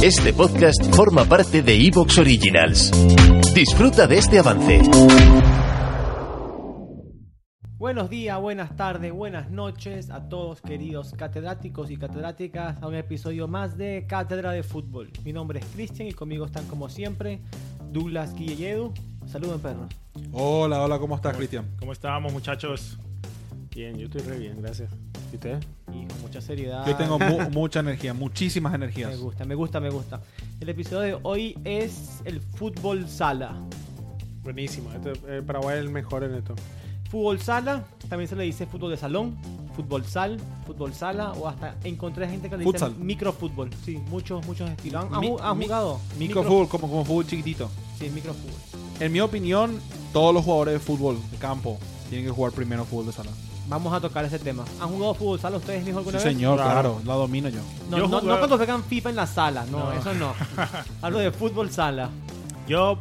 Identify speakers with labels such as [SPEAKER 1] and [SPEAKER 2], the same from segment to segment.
[SPEAKER 1] Este podcast forma parte de Evox Originals. Disfruta de este avance.
[SPEAKER 2] Buenos días, buenas tardes, buenas noches a todos queridos catedráticos y catedráticas a un episodio más de Cátedra de Fútbol. Mi nombre es Cristian y conmigo están como siempre Douglas Guille y Edu. Saluden perros.
[SPEAKER 3] Hola, hola, ¿cómo estás, Cristian?
[SPEAKER 4] ¿Cómo estábamos, muchachos?
[SPEAKER 5] Bien, yo estoy re bien, gracias. ¿Y usted?
[SPEAKER 2] Y con mucha seriedad.
[SPEAKER 3] Yo tengo mu- mucha energía, muchísimas
[SPEAKER 2] Me
[SPEAKER 3] energías.
[SPEAKER 2] gusta, me gusta, me gusta. El episodio de hoy es el fútbol sala.
[SPEAKER 5] Buenísimo. Este, eh, Paraguay es el mejor en esto.
[SPEAKER 2] Fútbol sala, también se le dice fútbol de salón, fútbol sal, fútbol sala o hasta encontré gente que le dice
[SPEAKER 3] Futsal.
[SPEAKER 2] microfútbol. Sí, muchos, muchos estilos. ¿Han, han
[SPEAKER 3] Mi-
[SPEAKER 2] ju- han
[SPEAKER 3] mi-
[SPEAKER 2] jugado?
[SPEAKER 3] Microfútbol, como, como fútbol chiquitito.
[SPEAKER 2] Sí, microfútbol.
[SPEAKER 3] En mi opinión, todos los jugadores de fútbol de campo tienen que jugar primero fútbol de sala.
[SPEAKER 2] Vamos a tocar ese tema. ¿Han jugado fútbol sala ustedes mismos
[SPEAKER 3] Sí,
[SPEAKER 2] alguna vez?
[SPEAKER 3] señor,
[SPEAKER 5] Claro.
[SPEAKER 3] claro, la domino yo.
[SPEAKER 2] No,
[SPEAKER 4] Yo
[SPEAKER 2] no,
[SPEAKER 4] jugaba-
[SPEAKER 2] no cuando juegan FIFA en la sala, no, eso no. Hablo de fútbol sala.
[SPEAKER 4] Yo,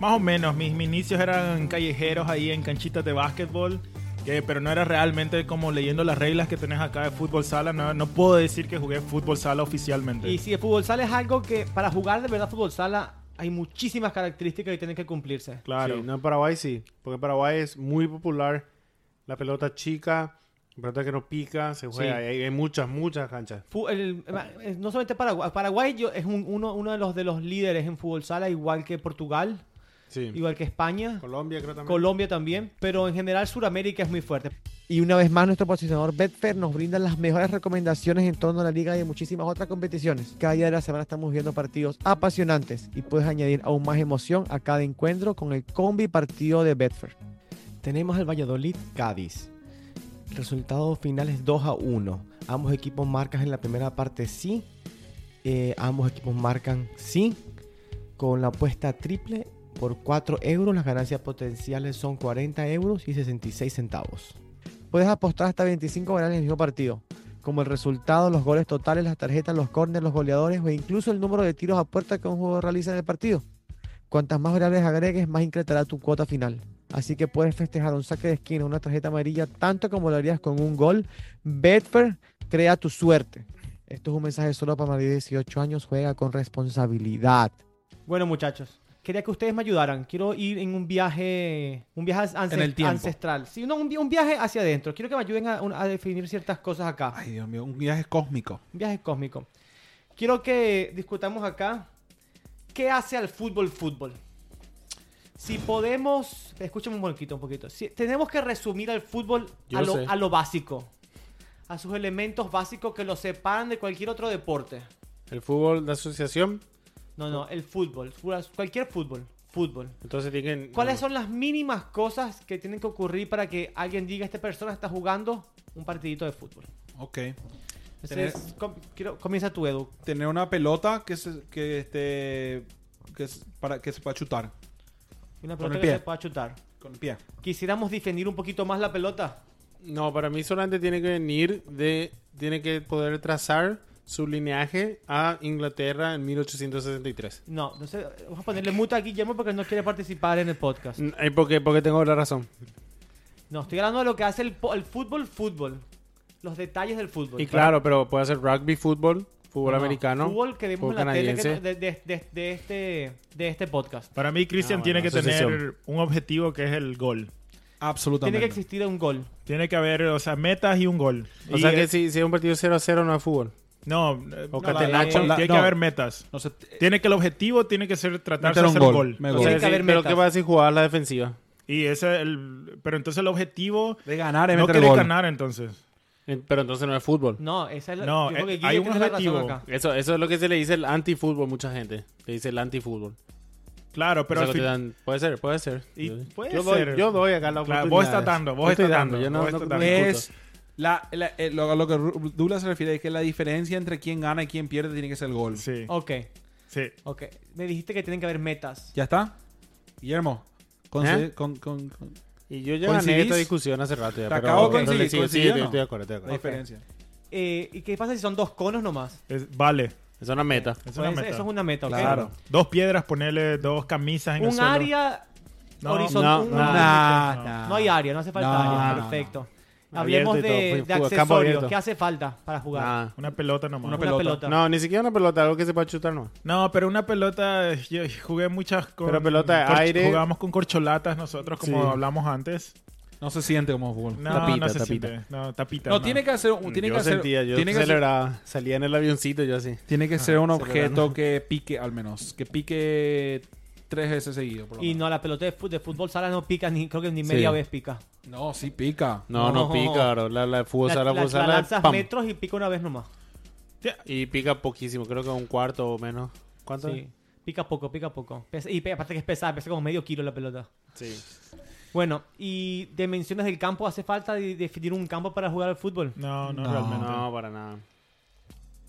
[SPEAKER 4] más o menos, mis, mis inicios eran callejeros ahí en canchitas de básquetbol, que- pero no era realmente como leyendo las reglas que tenés acá de fútbol sala. No, no puedo decir que jugué fútbol sala oficialmente.
[SPEAKER 2] Y si el fútbol sala es algo que para jugar de verdad fútbol sala hay muchísimas características que tienen que cumplirse.
[SPEAKER 4] claro.
[SPEAKER 5] Sí, no, en Paraguay sí. Porque en Paraguay es muy popular la pelota chica, la pelota que no pica, se juega.
[SPEAKER 2] Sí.
[SPEAKER 5] Hay, hay muchas, muchas canchas.
[SPEAKER 2] Fu- el- eh, no solamente Paraguay, Paraguay yo- es un- uno, uno de los de los líderes en fútbol sala, igual que Portugal,
[SPEAKER 5] Sí.
[SPEAKER 2] igual que España.
[SPEAKER 5] Colombia creo también.
[SPEAKER 2] Colombia también, pero en general Sudamérica es muy fuerte. Y una vez más, nuestro patrocinador Betfair nos brinda las mejores recomendaciones en torno a la liga y a muchísimas otras competiciones. Cada día de la semana estamos viendo partidos apasionantes y puedes añadir aún más emoción a cada encuentro con el combi partido de Betfair.
[SPEAKER 6] Tenemos al Valladolid Cádiz. Resultado final es 2 a 1. Ambos equipos marcan en la primera parte sí. Eh, ambos equipos marcan sí. Con la apuesta triple por 4 euros. Las ganancias potenciales son 40 euros y 66 centavos.
[SPEAKER 2] Puedes apostar hasta 25 goles en el mismo partido, como el resultado, los goles totales, las tarjetas, los córneres, los goleadores o incluso el número de tiros a puerta que un jugador realiza en el partido. Cuantas más variables agregues, más incrementará tu cuota final. Así que puedes festejar un saque de esquina, una tarjeta amarilla, tanto como lo harías con un gol. Betfair crea tu suerte. Esto es un mensaje solo para Madrid de 18 años. Juega con responsabilidad. Bueno, muchachos, quería que ustedes me ayudaran. Quiero ir en un viaje, un viaje ancest-
[SPEAKER 3] En el tiempo.
[SPEAKER 2] ancestral. Sí, no, un, vi- un viaje hacia adentro. Quiero que me ayuden a, un- a definir ciertas cosas acá.
[SPEAKER 3] Ay, Dios mío, un viaje cósmico.
[SPEAKER 2] Un viaje cósmico. Quiero que discutamos acá qué hace al fútbol fútbol. Si podemos, escúchame un poquito, un poquito. Si tenemos que resumir al fútbol
[SPEAKER 5] Yo
[SPEAKER 2] a lo,
[SPEAKER 5] sé.
[SPEAKER 2] a lo básico, a sus elementos básicos que lo separan de cualquier otro deporte.
[SPEAKER 5] El fútbol de asociación.
[SPEAKER 2] No, no, el fútbol, fu- cualquier fútbol, fútbol.
[SPEAKER 5] Entonces tienen...
[SPEAKER 2] ¿Cuáles son las mínimas cosas que tienen que ocurrir para que alguien diga esta persona está jugando un partidito de fútbol?
[SPEAKER 3] Ok.
[SPEAKER 2] Entonces, com- quiero- comienza tu Edu.
[SPEAKER 3] Tener una pelota que se, que esté, que se- para que se pueda chutar
[SPEAKER 2] Una
[SPEAKER 3] Con
[SPEAKER 2] pelota
[SPEAKER 3] el
[SPEAKER 2] que
[SPEAKER 3] pie.
[SPEAKER 2] se pueda chutar.
[SPEAKER 3] con el pie.
[SPEAKER 2] quisiéramos defender un poquito más la pelota.
[SPEAKER 5] No, para mí solamente tiene que venir de... Tiene que poder trazar su lineaje a Inglaterra en 1863.
[SPEAKER 2] No, entonces vamos a ponerle muta a Guillermo porque no quiere participar en el podcast.
[SPEAKER 5] ¿Y por qué? eh, Porque tengo la razón.
[SPEAKER 2] No, estoy hablando de lo que hace el, po- el fútbol, fútbol. Los detalles del fútbol.
[SPEAKER 5] Y claro, pero puede ser rugby, fútbol, fútbol
[SPEAKER 2] No,
[SPEAKER 5] americano,
[SPEAKER 2] Fútbol que vemos
[SPEAKER 5] fútbol
[SPEAKER 2] en la tele que-
[SPEAKER 5] canadiense.
[SPEAKER 2] de, de- de- de este, de este podcast.
[SPEAKER 4] Para mí, Cristian
[SPEAKER 5] Ah,
[SPEAKER 4] tiene
[SPEAKER 5] bueno,
[SPEAKER 4] que tener
[SPEAKER 5] asociación.
[SPEAKER 4] un objetivo que es el gol.
[SPEAKER 3] Absolutamente.
[SPEAKER 2] Tiene que existir un gol.
[SPEAKER 4] Tiene que haber, o sea, metas y un gol.
[SPEAKER 5] O
[SPEAKER 4] Y,
[SPEAKER 5] sea que
[SPEAKER 4] eh,
[SPEAKER 5] si, si es un partido 0 a 0 no es fútbol.
[SPEAKER 4] No, eh, no,
[SPEAKER 5] O catenacho.
[SPEAKER 4] la- tiene
[SPEAKER 3] No.
[SPEAKER 4] que haber metas.
[SPEAKER 3] No sé, t-
[SPEAKER 4] Tiene que el objetivo tiene que ser tratar de
[SPEAKER 3] Meter un
[SPEAKER 4] hacer gol.
[SPEAKER 3] gol. Me
[SPEAKER 5] O
[SPEAKER 3] gol.
[SPEAKER 5] sea,
[SPEAKER 2] Tiene
[SPEAKER 5] que
[SPEAKER 2] que haber
[SPEAKER 5] pero
[SPEAKER 2] metas.
[SPEAKER 5] ¿qué pasa si jugás la defensiva?
[SPEAKER 4] Y ese es el pero entonces el objetivo
[SPEAKER 3] de ganar es
[SPEAKER 4] no
[SPEAKER 3] meter el
[SPEAKER 4] quiere
[SPEAKER 3] gol.
[SPEAKER 4] ganar entonces.
[SPEAKER 5] Eh, Pero entonces no es fútbol.
[SPEAKER 2] No, esa es la,
[SPEAKER 4] No,
[SPEAKER 2] yo creo que
[SPEAKER 4] eh,
[SPEAKER 2] Guille
[SPEAKER 4] hay un
[SPEAKER 2] tiene la razón
[SPEAKER 4] objetivo.
[SPEAKER 2] acá.
[SPEAKER 5] Eso, eso es lo que se le dice el antifútbol mucha gente. Le dice el antifútbol.
[SPEAKER 4] Claro, pero
[SPEAKER 5] O sea,
[SPEAKER 4] al
[SPEAKER 5] que te
[SPEAKER 4] fin-
[SPEAKER 5] dan- puede ser, puede ser.
[SPEAKER 4] Y
[SPEAKER 5] Yo-
[SPEAKER 4] puede
[SPEAKER 5] yo doy-
[SPEAKER 4] ser.
[SPEAKER 5] yo doy acá
[SPEAKER 4] Claro,
[SPEAKER 5] la oportunidad.
[SPEAKER 4] vos estás dando, vos
[SPEAKER 5] Yo estoy
[SPEAKER 4] estás
[SPEAKER 5] dando,
[SPEAKER 4] dando,
[SPEAKER 5] yo no-
[SPEAKER 4] vos
[SPEAKER 5] no-
[SPEAKER 4] estás
[SPEAKER 5] no
[SPEAKER 4] dando.
[SPEAKER 5] discuto.
[SPEAKER 3] Es La, la- eh, lo, lo que Ru- Douglas se refiere es que la diferencia entre quién gana y quién pierde tiene que ser el gol.
[SPEAKER 4] Sí.
[SPEAKER 2] Ok,
[SPEAKER 4] Sí.
[SPEAKER 2] ok. Me dijiste que tienen que haber metas.
[SPEAKER 3] ¿Ya está? Guillermo, conce-
[SPEAKER 5] ¿Eh?
[SPEAKER 3] con- con- con-
[SPEAKER 5] Y yo ya
[SPEAKER 3] ¿Coincidís?
[SPEAKER 5] gané esta discusión hace rato. Ya,
[SPEAKER 3] Te
[SPEAKER 5] pero-
[SPEAKER 3] acabo de
[SPEAKER 5] pero le
[SPEAKER 3] conseguir,
[SPEAKER 5] sigo-
[SPEAKER 3] ¿coincidí o
[SPEAKER 5] sí,
[SPEAKER 3] no?
[SPEAKER 5] estoy de acuerdo, estoy de
[SPEAKER 3] la
[SPEAKER 5] acuerdo.
[SPEAKER 3] diferencia.
[SPEAKER 2] Eh, ¿Y qué pasa si son dos conos nomás?
[SPEAKER 4] Es- vale.
[SPEAKER 5] Es una meta.
[SPEAKER 4] Es
[SPEAKER 2] Puede
[SPEAKER 4] una
[SPEAKER 2] ser,
[SPEAKER 4] meta.
[SPEAKER 2] Eso es una meta, ok.
[SPEAKER 3] Claro.
[SPEAKER 4] Dos piedras, ponerle dos camisas en el
[SPEAKER 2] Un
[SPEAKER 4] suelo.
[SPEAKER 2] área
[SPEAKER 4] No,
[SPEAKER 5] no,
[SPEAKER 2] horizontal.
[SPEAKER 5] no,
[SPEAKER 3] Nah,
[SPEAKER 2] No hay área, no hace falta
[SPEAKER 3] No,
[SPEAKER 2] área.
[SPEAKER 3] no,
[SPEAKER 2] Perfecto.
[SPEAKER 5] no.
[SPEAKER 2] Hablemos
[SPEAKER 5] Abierto y
[SPEAKER 2] de,
[SPEAKER 5] todo,
[SPEAKER 2] de
[SPEAKER 5] fútbol, campo
[SPEAKER 2] accesorios.
[SPEAKER 5] abierto.
[SPEAKER 2] ¿Qué hace falta para jugar?
[SPEAKER 5] Nada.
[SPEAKER 4] Una pelota nomás.
[SPEAKER 2] Una pelota.
[SPEAKER 5] No, ni siquiera una pelota, algo que se pueda chutar nomás.
[SPEAKER 4] No, pero una pelota, eh, yo jugué muchas con,
[SPEAKER 5] Pero pelota de
[SPEAKER 4] corch-
[SPEAKER 5] aire.
[SPEAKER 4] Jugábamos con corcholatas nosotros, como
[SPEAKER 5] Sí.
[SPEAKER 4] hablamos antes.
[SPEAKER 3] No se siente como fútbol.
[SPEAKER 4] No,
[SPEAKER 5] Tapita,
[SPEAKER 4] no se
[SPEAKER 5] tapita.
[SPEAKER 4] siente. No, tapita.
[SPEAKER 3] No, tiene que hacer, un- tiene
[SPEAKER 5] yo
[SPEAKER 3] que hacer,
[SPEAKER 5] sentía, yo
[SPEAKER 3] tiene que hacer-
[SPEAKER 5] celebraba. Salía en el avioncito yo así.
[SPEAKER 3] tiene que ser un
[SPEAKER 5] celebrando.
[SPEAKER 3] objeto que pique al menos, que pique tres veces seguido. por lo
[SPEAKER 2] Y
[SPEAKER 3] menos.
[SPEAKER 2] no, la pelota de, fut- de fútbol sala no pica, ni creo que ni media vez pica.
[SPEAKER 3] No, sí pica.
[SPEAKER 5] No, no,
[SPEAKER 2] No.
[SPEAKER 5] pica, bro. La, la de fútbol
[SPEAKER 2] La,
[SPEAKER 5] sala,
[SPEAKER 2] la-
[SPEAKER 5] fútbol
[SPEAKER 2] la
[SPEAKER 5] sala,
[SPEAKER 2] lanzas
[SPEAKER 5] pam.
[SPEAKER 2] metros y pica una vez nomás.
[SPEAKER 5] Y pica poquísimo, creo que un cuarto o menos. ¿Cuánto?
[SPEAKER 2] Sí. Pica poco, pica poco. Pesa- y pe- aparte que es pesada, pesa como medio kilo la pelota.
[SPEAKER 5] Sí.
[SPEAKER 2] Bueno, y dimensiones del campo, ¿hace falta de- definir un campo para jugar al fútbol?
[SPEAKER 4] No, no,
[SPEAKER 3] No.
[SPEAKER 4] realmente.
[SPEAKER 5] No, para nada.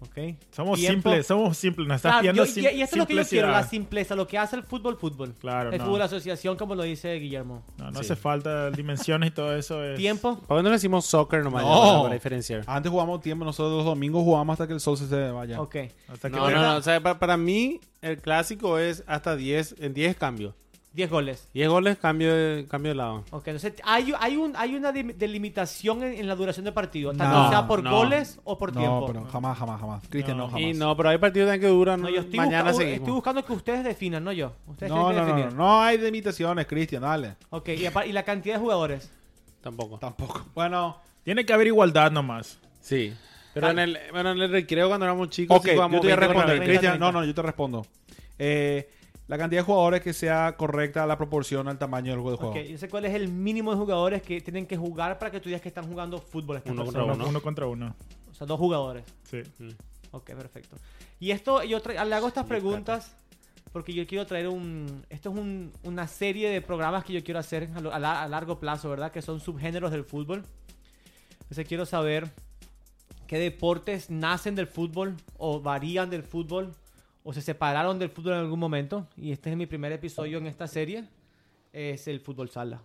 [SPEAKER 2] Ok.
[SPEAKER 4] Somos
[SPEAKER 2] Tiempo.
[SPEAKER 4] simples, somos simples. Nos estás
[SPEAKER 2] Claro,
[SPEAKER 4] pidiendo
[SPEAKER 2] yo- y,
[SPEAKER 4] sim-
[SPEAKER 2] y eso es lo que yo quiero, la
[SPEAKER 4] simplicidad.
[SPEAKER 2] simpleza, lo que hace el fútbol, fútbol.
[SPEAKER 4] Claro,
[SPEAKER 2] el
[SPEAKER 4] no.
[SPEAKER 2] fútbol asociación, como lo dice Guillermo.
[SPEAKER 4] No, no
[SPEAKER 5] Sí.
[SPEAKER 4] hace falta dimensiones y todo eso. es-
[SPEAKER 2] Tiempo,
[SPEAKER 5] ¿Por qué no le decimos soccer nomás?
[SPEAKER 3] No. Ah,
[SPEAKER 5] ya, Para, para diferenciar.
[SPEAKER 3] Antes jugábamos tiempo, nosotros los domingos jugábamos hasta que el sol se se vaya.
[SPEAKER 2] ok.
[SPEAKER 4] Hasta que
[SPEAKER 5] No, no,
[SPEAKER 4] venga-
[SPEAKER 5] no. O sea, para, para mí, el clásico es hasta 10, en 10 cambios.
[SPEAKER 2] 10 goles.
[SPEAKER 5] 10 goles, cambio de, cambio de lado.
[SPEAKER 2] Ok, entonces hay, hay, un, hay una dim- delimitación en, en la duración del partido, tanto
[SPEAKER 3] No,
[SPEAKER 2] sea por
[SPEAKER 5] no.
[SPEAKER 2] goles o por
[SPEAKER 3] no,
[SPEAKER 2] tiempo.
[SPEAKER 3] pero jamás, jamás, jamás. Cristian, no, jamás.
[SPEAKER 5] Y no, pero hay partidos también que duran.
[SPEAKER 2] No, yo estoy,
[SPEAKER 5] mañana
[SPEAKER 2] busca-
[SPEAKER 5] seguimos.
[SPEAKER 2] estoy buscando que ustedes definan, no yo. Ustedes
[SPEAKER 3] No,
[SPEAKER 2] tienen que
[SPEAKER 3] no, no, no,
[SPEAKER 2] definir.
[SPEAKER 3] no hay limitaciones, Cristian, dale.
[SPEAKER 2] Ok, y, apa- y la cantidad de jugadores.
[SPEAKER 5] Tampoco.
[SPEAKER 3] Tampoco. Bueno,
[SPEAKER 4] Tiene que haber igualdad nomás.
[SPEAKER 5] Sí. Pero en el, bueno, en el recreo cuando éramos chicos,
[SPEAKER 3] ok,
[SPEAKER 5] sí jugábamos
[SPEAKER 3] yo te voy a
[SPEAKER 5] 20 contra
[SPEAKER 3] responder.
[SPEAKER 5] 20.
[SPEAKER 3] Cristian,
[SPEAKER 2] 30.
[SPEAKER 3] no, no, yo te respondo. Eh, la cantidad de jugadores que sea correcta la proporción al tamaño del juego.
[SPEAKER 2] Ok, yo sé cuál es el mínimo de jugadores que tienen que jugar para que tú digas que están jugando fútbol. estas
[SPEAKER 5] Uno
[SPEAKER 2] personas.
[SPEAKER 5] contra
[SPEAKER 4] Uno, uno contra uno.
[SPEAKER 2] O sea, dos jugadores.
[SPEAKER 4] Sí.
[SPEAKER 2] Ok, perfecto. Y esto, yo tra- le hago estas preguntas porque yo quiero traer un... Esto es un- una serie de programas que yo quiero hacer a, lo- a la- a largo plazo, ¿verdad? Que son subgéneros del fútbol. Entonces quiero saber qué deportes nacen del fútbol o varían del fútbol o se separaron del fútbol en algún momento. Y este es mi primer episodio en esta serie. Es el fútbol sala.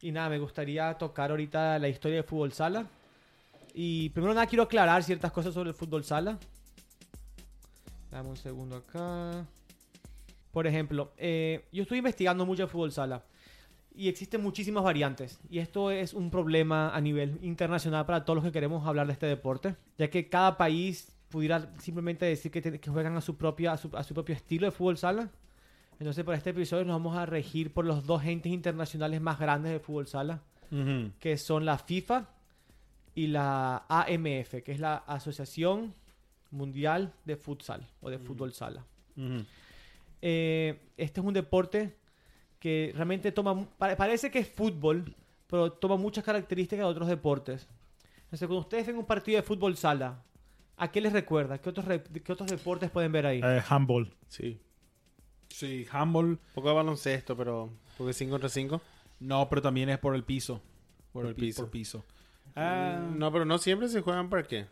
[SPEAKER 2] Y nada, me gustaría tocar ahorita la historia del fútbol sala. Y primero nada, quiero aclarar ciertas cosas sobre el fútbol sala. Dame un segundo acá. Por ejemplo, eh, yo estoy investigando mucho el fútbol sala. Y existen muchísimas variantes. Y esto es un problema a nivel internacional para todos los que queremos hablar de este deporte. Ya que cada país pudiera simplemente decir que, te- que juegan a su, propia, a, su, a su propio estilo de fútbol sala. Entonces, para este episodio nos vamos a regir por los dos entes internacionales más grandes del fútbol sala, que son la FIFA y la AMF, que es la Asociación Mundial de Futsal o de Fútbol Sala. Eh, este es un deporte que realmente toma, mu- pa- parece que es fútbol, pero toma muchas características de otros deportes. Entonces, cuando ustedes ven un partido de fútbol sala, ¿a qué les recuerda? ¿Qué otros, re- qué otros deportes pueden ver ahí?
[SPEAKER 4] Eh, handball.
[SPEAKER 5] Sí.
[SPEAKER 3] Sí, handball.
[SPEAKER 5] Un poco de baloncesto, pero. Porque 5 contra 5.
[SPEAKER 3] No, pero también es por el piso. Por, el
[SPEAKER 5] el
[SPEAKER 3] piso.
[SPEAKER 5] piso.
[SPEAKER 3] Por piso. Ah.
[SPEAKER 5] No, pero no siempre se juegan parqué.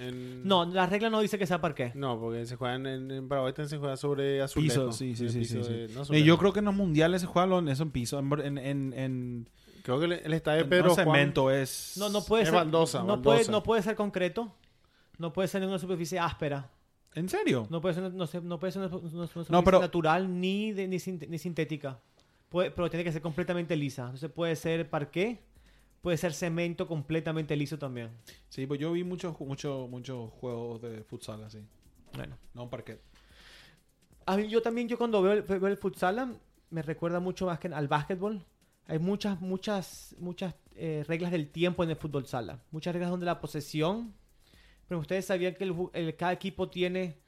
[SPEAKER 5] En-
[SPEAKER 2] No, la regla no dice que sea parqué.
[SPEAKER 5] No, porque se juegan en, en Paraguay también se juega sobre azulejo.
[SPEAKER 3] Piso, sí, sí,
[SPEAKER 5] El
[SPEAKER 3] sí.
[SPEAKER 5] piso
[SPEAKER 3] sí, sí.
[SPEAKER 5] de- no
[SPEAKER 3] Y
[SPEAKER 5] azulejo.
[SPEAKER 3] Eh, yo creo que en los mundiales se juega lo- eso en piso. En, en, en, en-
[SPEAKER 5] Creo que el, el estadio
[SPEAKER 3] no
[SPEAKER 5] Pedro Eh, Juan-
[SPEAKER 3] cemento es...
[SPEAKER 2] No, no puede
[SPEAKER 5] Es
[SPEAKER 2] ser.
[SPEAKER 5] baldosa,
[SPEAKER 2] no,
[SPEAKER 5] baldosa.
[SPEAKER 2] Puede, no puede ser concreto. No puede ser en una superficie áspera.
[SPEAKER 3] ¿En serio?
[SPEAKER 2] No puede ser, no sé, no puede ser una, una- una superficie
[SPEAKER 3] pero-
[SPEAKER 2] natural ni, de- ni, sint- ni sintética. Puede- pero tiene que ser completamente lisa. Entonces puede ser parqué, puede ser cemento completamente liso también.
[SPEAKER 3] Sí, pues yo vi muchos muchos muchos juegos de futsal así.
[SPEAKER 2] Bueno.
[SPEAKER 3] No en parquet.
[SPEAKER 2] A mí, yo también, yo cuando veo el, veo el futsal, me recuerda mucho más que al básquetbol. Hay muchas, muchas, muchas eh, reglas del tiempo en el fútbol sala. Muchas reglas donde la posesión. Pero ustedes sabían que el ju- el- cada equipo tiene.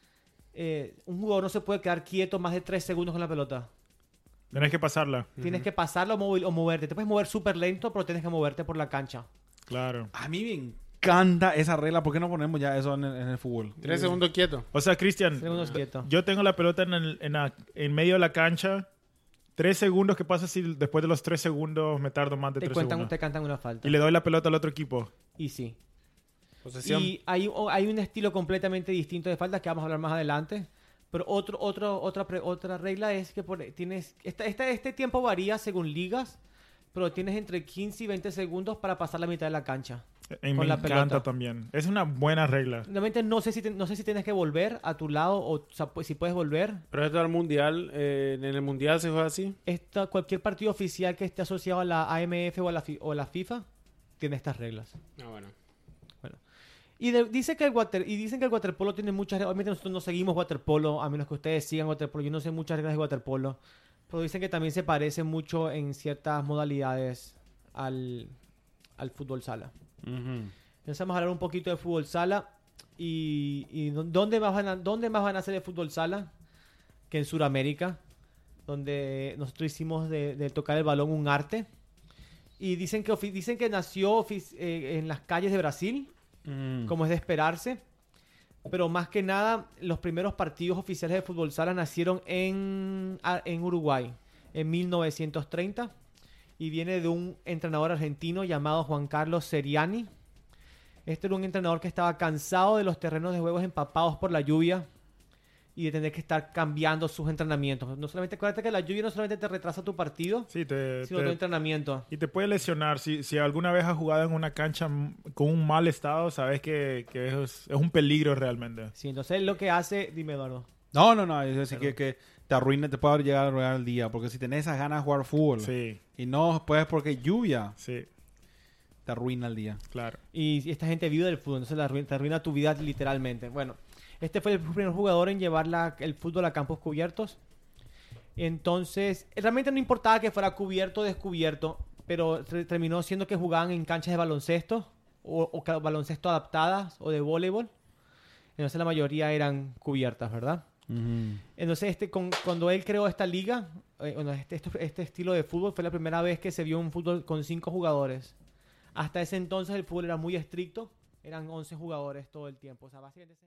[SPEAKER 2] eh, un jugador no se puede quedar quieto más de 3 segundos con la pelota.
[SPEAKER 4] Tenés que pasarla.
[SPEAKER 2] Tienes que pasarlo o, movi- o moverte. Te puedes mover súper lento, pero tienes que moverte por la cancha.
[SPEAKER 4] Claro.
[SPEAKER 3] A mí me encanta esa regla. ¿Por qué no ponemos ya eso en el, en el fútbol?
[SPEAKER 5] Tres segundos quieto.
[SPEAKER 4] O sea, Cristian,
[SPEAKER 2] Segundos quieto.
[SPEAKER 4] yo tengo la pelota en, el- en la- en medio de la cancha Tres segundos, ¿qué pasa si después de los tres segundos me tardo más de
[SPEAKER 2] Te,
[SPEAKER 4] tres
[SPEAKER 2] cuentan,
[SPEAKER 4] segundos?
[SPEAKER 2] te cantan una falta.
[SPEAKER 4] Y le doy la pelota al otro equipo.
[SPEAKER 2] Y sí.
[SPEAKER 5] Posesión.
[SPEAKER 2] Y hay, o- hay un estilo completamente distinto de faltas que vamos a hablar más adelante. Pero otro, otro, otra, pre- otra regla es que por- tienes. Esta, esta- este tiempo varía según ligas, pero tienes entre 15 y 20 segundos para pasar la mitad de la cancha.
[SPEAKER 4] Y
[SPEAKER 2] Con
[SPEAKER 4] me
[SPEAKER 2] la
[SPEAKER 4] encanta
[SPEAKER 2] pelota.
[SPEAKER 4] también. Es una buena regla.
[SPEAKER 2] Realmente no sé si, te- no sé si tienes que volver a tu lado o, o sea, pues, si puedes volver.
[SPEAKER 5] Pero esto al mundial, eh, en el mundial se juega así.
[SPEAKER 2] Esta, cualquier partido oficial que esté asociado a la AMF o a la, fi- o a la FIFA tiene estas reglas.
[SPEAKER 5] Ah, bueno.
[SPEAKER 2] Y de- dice que el water, y dicen que el waterpolo tiene muchas reglas. Obviamente nosotros no seguimos waterpolo, a menos que ustedes sigan waterpolo. Yo no sé muchas reglas de waterpolo. Pero dicen que también se parece mucho en ciertas modalidades al, al fútbol sala. Entonces vamos a hablar un poquito de fútbol sala. Y, y dó- ¿dónde, más van a, ¿dónde más van a hacer el fútbol sala? Que en Sudamérica, donde nosotros hicimos de, de tocar el balón un arte. Y dicen que, ofi- dicen que nació ofi- eh, en las calles de Brasil
[SPEAKER 4] Mm.
[SPEAKER 2] como es de esperarse. Pero más que nada, los primeros partidos oficiales de fútbol sala nacieron en, a- en Uruguay, en 1930. Y viene de un entrenador argentino llamado Juan Carlos Seriani. Este era un entrenador que estaba cansado de los terrenos de juegos empapados por la lluvia y de tener que estar cambiando sus entrenamientos. No solamente, acuérdate que la lluvia no solamente te retrasa tu partido,
[SPEAKER 4] Sí, te,
[SPEAKER 2] sino
[SPEAKER 4] te-
[SPEAKER 2] tu entrenamiento.
[SPEAKER 4] y te puede lesionar. Si, si alguna vez has jugado en una cancha m- con un mal estado, sabes que, que es, es un peligro realmente.
[SPEAKER 2] Sí, entonces lo que hace, dime Eduardo.
[SPEAKER 3] No, no, no. Es decir, que, que te arruina, te puede llegar a arruinar el día. Porque si tenés esas ganas de jugar fútbol
[SPEAKER 4] Sí,
[SPEAKER 3] y no puedes porque lluvia,
[SPEAKER 4] sí,
[SPEAKER 3] te arruina el día.
[SPEAKER 4] claro.
[SPEAKER 2] Y si esta gente vive del fútbol, entonces la arruina- te arruina tu vida literalmente. Bueno, este fue el primer jugador en llevar la- el fútbol a campos cubiertos. Entonces, realmente no importaba que fuera cubierto o descubierto, pero tre- terminó siendo que jugaban en canchas de baloncesto o, o ca- baloncesto adaptadas o de voleibol. Entonces la mayoría eran cubiertas, ¿verdad? Entonces, este, con- cuando él creó esta liga, eh, bueno, este, esto- este estilo de fútbol fue la primera vez que se vio un fútbol con cinco jugadores. Hasta ese entonces el fútbol era muy estricto, eran 11 jugadores todo el tiempo. O sea, básicamente...